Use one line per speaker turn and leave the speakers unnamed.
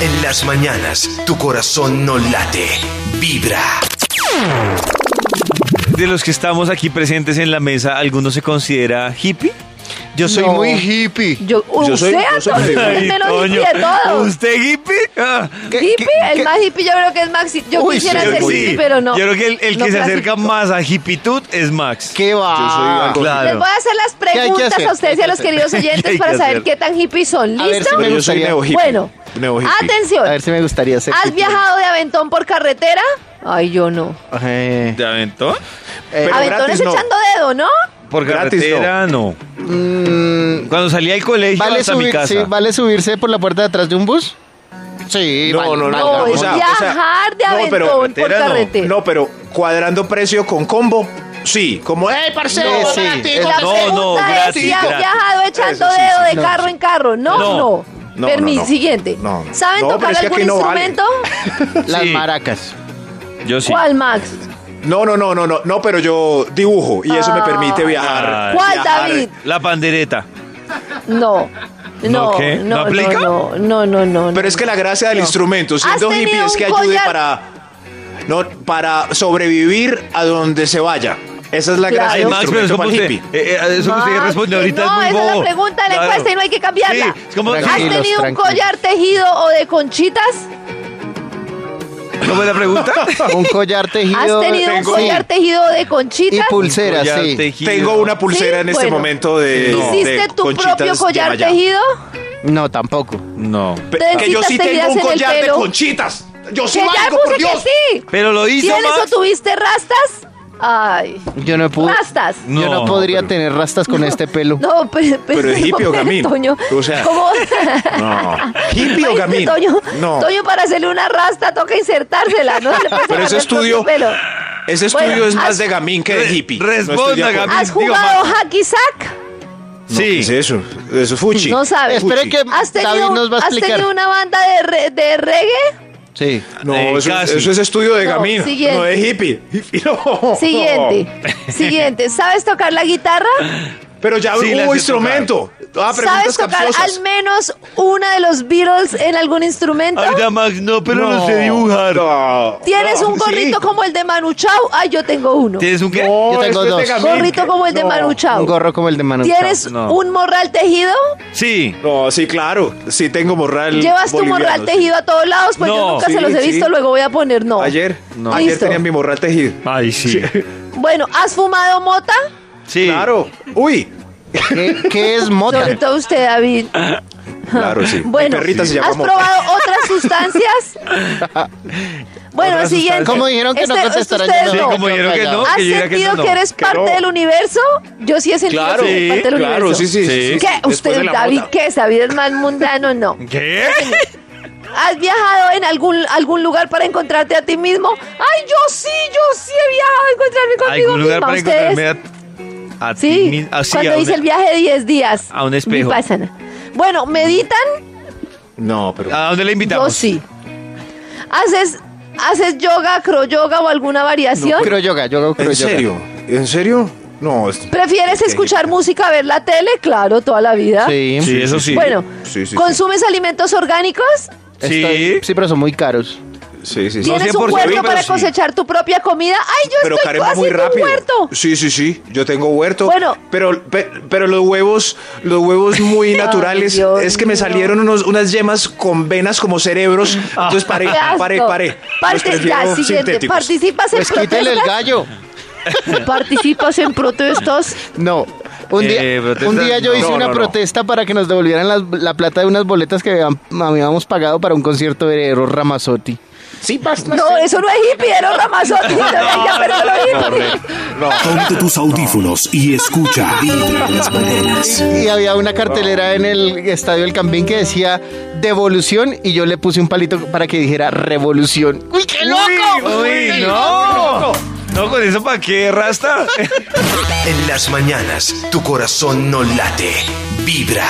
En las mañanas, tu corazón no late, vibra.
De los que estamos aquí presentes en la mesa, ¿alguno se considera hippie?
Yo soy
No.
muy hippie.
Yo,
Yo soy-
usted,
yo soy
Antonio,
medio-
usted me lo
Toño,
hippie de todo.
¿Usted hippie? Ah.
¿Qué-
hippie,
qué-
el
qué-
más hippie yo creo que es Maxi. Yo
Uy,
quisiera
sí,
ser
yo
hippie,
sí.
pero no.
Yo creo que el, el
no
que se
clasifico.
acerca más a hippitud es Max.
¿Qué va?
Yo soy algo
Claro.
Les voy a hacer las
hay que
preguntas
hacer?
a ustedes y a los queridos
¿Qué hay
oyentes
que
para saber
hacer?
qué tan hippies son.
A ver si me
¿Listo? Bueno,
gusta.
Pero yo soy
gustaría-
neo hippie.
Bueno,
Neo hippie.
atención.
A ver si me gustaría ser
¿Has
hippie.
viajado de Aventón por carretera? Ay, yo no.
Eh,
¿De aventón?
eh,
Pero
Aventón
gratis
es
no.
echando dedo, ¿no?
Por
Gratis,
carretera, no.
mm,
Cuando salí al colegio
¿vale,
hasta mi
subir-
casa.
sí, ¿Vale subirse por la puerta de atrás de un bus? Sí,
No,
vale,
no,
vale,
no,
No,
vale.
es
o sea,
viajar de
no, pero
Aventón por
carretera no.
carretera.
No, pero cuadrando precio con combo, sí. Como, ¡eh, parcero!
No, sí,
gratis,
es-
No,
La
no,
pregunta es
gratis,
si has
gratis.
viajado echando
Eso sí,
dedo de
no.
carro en carro. No,
No.
no.
No,
Permis,
no, no.
siguiente.
No, no.
¿Saben
No, pero
tocar
es que
algún
aquí no vale.
instrumento?
Las
Sí.
maracas.
Yo sí.
¿Cuál, Max?
No, no, no, no, no, no, pero yo dibujo y eso me permite viajar.
Ah,
¿Cuál,
viajar.
David?
La pandereta.
No. No,
¿No qué?
no,
¿No aplica?
No, no, no, no, no.
Pero es que la gracia del
No.
instrumento, siendo
¿Has
hippie,
tenido
es que
un
ayude
collar?
para. No, para sobrevivir a donde se vaya. Esa es la
Ah,
Claro.
gracia
Ay,
del
Max, pero es
instrumento
como
para el
usted.
hippie.
eh, eh, eso que usted
Max,
responde
que
ahorita
no,
es muy
esa es
bobo.
la pregunta de la
Claro.
encuesta y no hay que cambiarla.
Sí, es como,
¿Has
Tranquilos,
tenido un
tranquilos.
collar tejido o de conchitas?
¿Cómo es la pregunta?
Un collar tejido.
¿Has tenido un
Sí.
collar tejido de
Y
conchitas?
pulseras,
Collar
sí.
tejido.
Tengo una pulsera
Sí,
en este
bueno.
momento de.
Eh,
¿Hiciste
de
tu
conchitas
propio
de
collar
Maya.
tejido?
No, tampoco.
No.
Pe-
Trencitas
Que yo sí
tejidas
tengo un
en el
collar de
pelo.
conchitas. Yo sí
Que ya
valgo, por
puse que
Dios.
sí.
Pero lo hizo
¿Tienes o
Max.
tuviste rastas? Ay.
Yo no pude.
¿Rastas?
yo no
No,
podría
pero-
tener rastas con este pelo.
No, pero,
Pero es hippie o gamín.
Toño,
O sea,
¿cómo?
No. Hippie o
Oíste,
gamín.
Toño,
No.
Toño, para hacerle una rasta toca insertársela, ¿no? Se le pasa
Pero ese
por el
estudio,
propio pelo.
ese estudio
Bueno,
es más
has-
de gamín que de
Re-
hippie.
responda,
estoy de acuerdo. Ah,
gamín.
¿Has
Diga,
jugado hacky sack?
No, ¿qué es eso? Eso es fuchi.
No sabes.
Espere
Fuchi.
que
¿Has
David
tenido,
nos va a
has
explicar.
tenido una banda de, re- de reggae?
Sí.
No,
Eh,
eso, es-
casi.
eso es estudio de
No,
gamín.
siguiente.
No es hippie. Hippie, no.
Siguiente. Siguiente. ¿Sabes tocar la guitarra?
Pero ya
Sí, la
hubo
sé
instrumento. Ah,
¿Sabes
preguntas
tocar
capciosas.
al menos una de los Beatles en algún instrumento?
Ahorita Max, no, pero no, sé dibujar.
No,
¿Tienes
no,
un gorrito
sí.
como el de Manu Chao? Ay, yo tengo uno.
¿Tienes un qué?
No,
Yo tengo
eso es de
dos.
gamín.
Gorrito como el de
No.
Manu Chao.
Un gorro como el de Manu.
¿Tienes
No.
un morral tejido?
Sí.
No, sí, claro. Sí tengo morral
¿Llevas tu morral
boliviano, sí.
tejido a todos lados? Pues yo
No,
nunca
sí,
se los he
sí.
visto, luego voy a poner no.
Ayer,
No.
ayer
Listo.
tenía mi morral tejido.
Ay, sí.
Bueno, ¿has fumado mota?
Sí.
Claro. Uy.
Chao. ¿Qué, qué es mota?
Sobre todo usted, David.
Claro, sí. Mi
Bueno,
perrita se llama
¿has
Mota.
probado otras sustancias? bueno,
Otras
siguiente.
¿Cómo dijeron que
Este-
no
este
contestarán?
ustedes
Sí,
no.
como dijeron que no.
¿Has
que yo diga que
sentido que,
eso no.
eres
Que
parte
no.
del universo? Yo sí he sentido
Claro,
que soy parte del
claro,
universo.
sí, sí.
Sí.
sí, sí.
¿Qué?
Después de
¿Usted,
la
David,
mota.
qué es? ¿David es más mundano? No.
¿Qué?
¿Has viajado en algún, algún lugar para encontrarte a ti mismo? Ay, yo sí, yo sí he viajado a encontrarme conmigo
¿Algún lugar
misma.
para
¿Ustedes?
encontrarme a, a ti
Sí,
mi- así, a
cuando
un-
hice el viaje de 10 días.
a un espejo.
Vipassana. Bueno, ¿meditan?
No, pero.
¿A dónde le
Yo
invitamos?
sí. ¿Haces, ¿Haces yoga, acroyoga o alguna variación?
Creo yoga, yo creo
¿En
yoga.
serio? ¿En serio? No. es-
¿Prefieres
Ok.
escuchar música, ver la tele? Claro, toda la vida.
Sí.
Sí, eso sí.
Bueno,
Sí, sí, sí.
¿consumes alimentos orgánicos?
Sí.
Estoy- sí, pero son muy caros.
Sí, sí, sí.
No,
¿Tienes un
100%
huerto
pero
para
sí.
cosechar tu propia comida? ¡Ay, yo
pero
estoy
carema
haciendo
muy rápido.
un huerto!
Sí, sí, sí. Yo tengo huerto.
Bueno.
Pero, pe- pero los huevos, los huevos muy naturales.
Dios
es que me
mío.
salieron unos, unas yemas con venas como cerebros. Entonces paré,
Ah. ¡Qué asco!
paré, paré. Los
Parte,
prefiero
ya, siguiente.
sintéticos.
¿Participas en
Pues quítele el
protestas?
gallo.
¿Participas en protestas?
No. Un día,
Eh, protesta-
un día yo
no,
hice
no,
una
no.
protesta para que nos devolvieran las- la plata de unas boletas que habían- habíamos pagado para un concierto de Eros Ramazzotti.
Sí, basta.
No, eso no es hippie, era un ramazotti. No,
Ah,
venga, pero no es hippie.
Ponte tus audífonos y escucha Vibra en las mañanas.
Y había una cartelera en el estadio del Campín que decía devolución y yo le puse un palito para que dijera revolución. ¡Uy, qué loco!
Uy, no. No, con eso para qué, Rasta.
En las mañanas, tu corazón no late, vibra.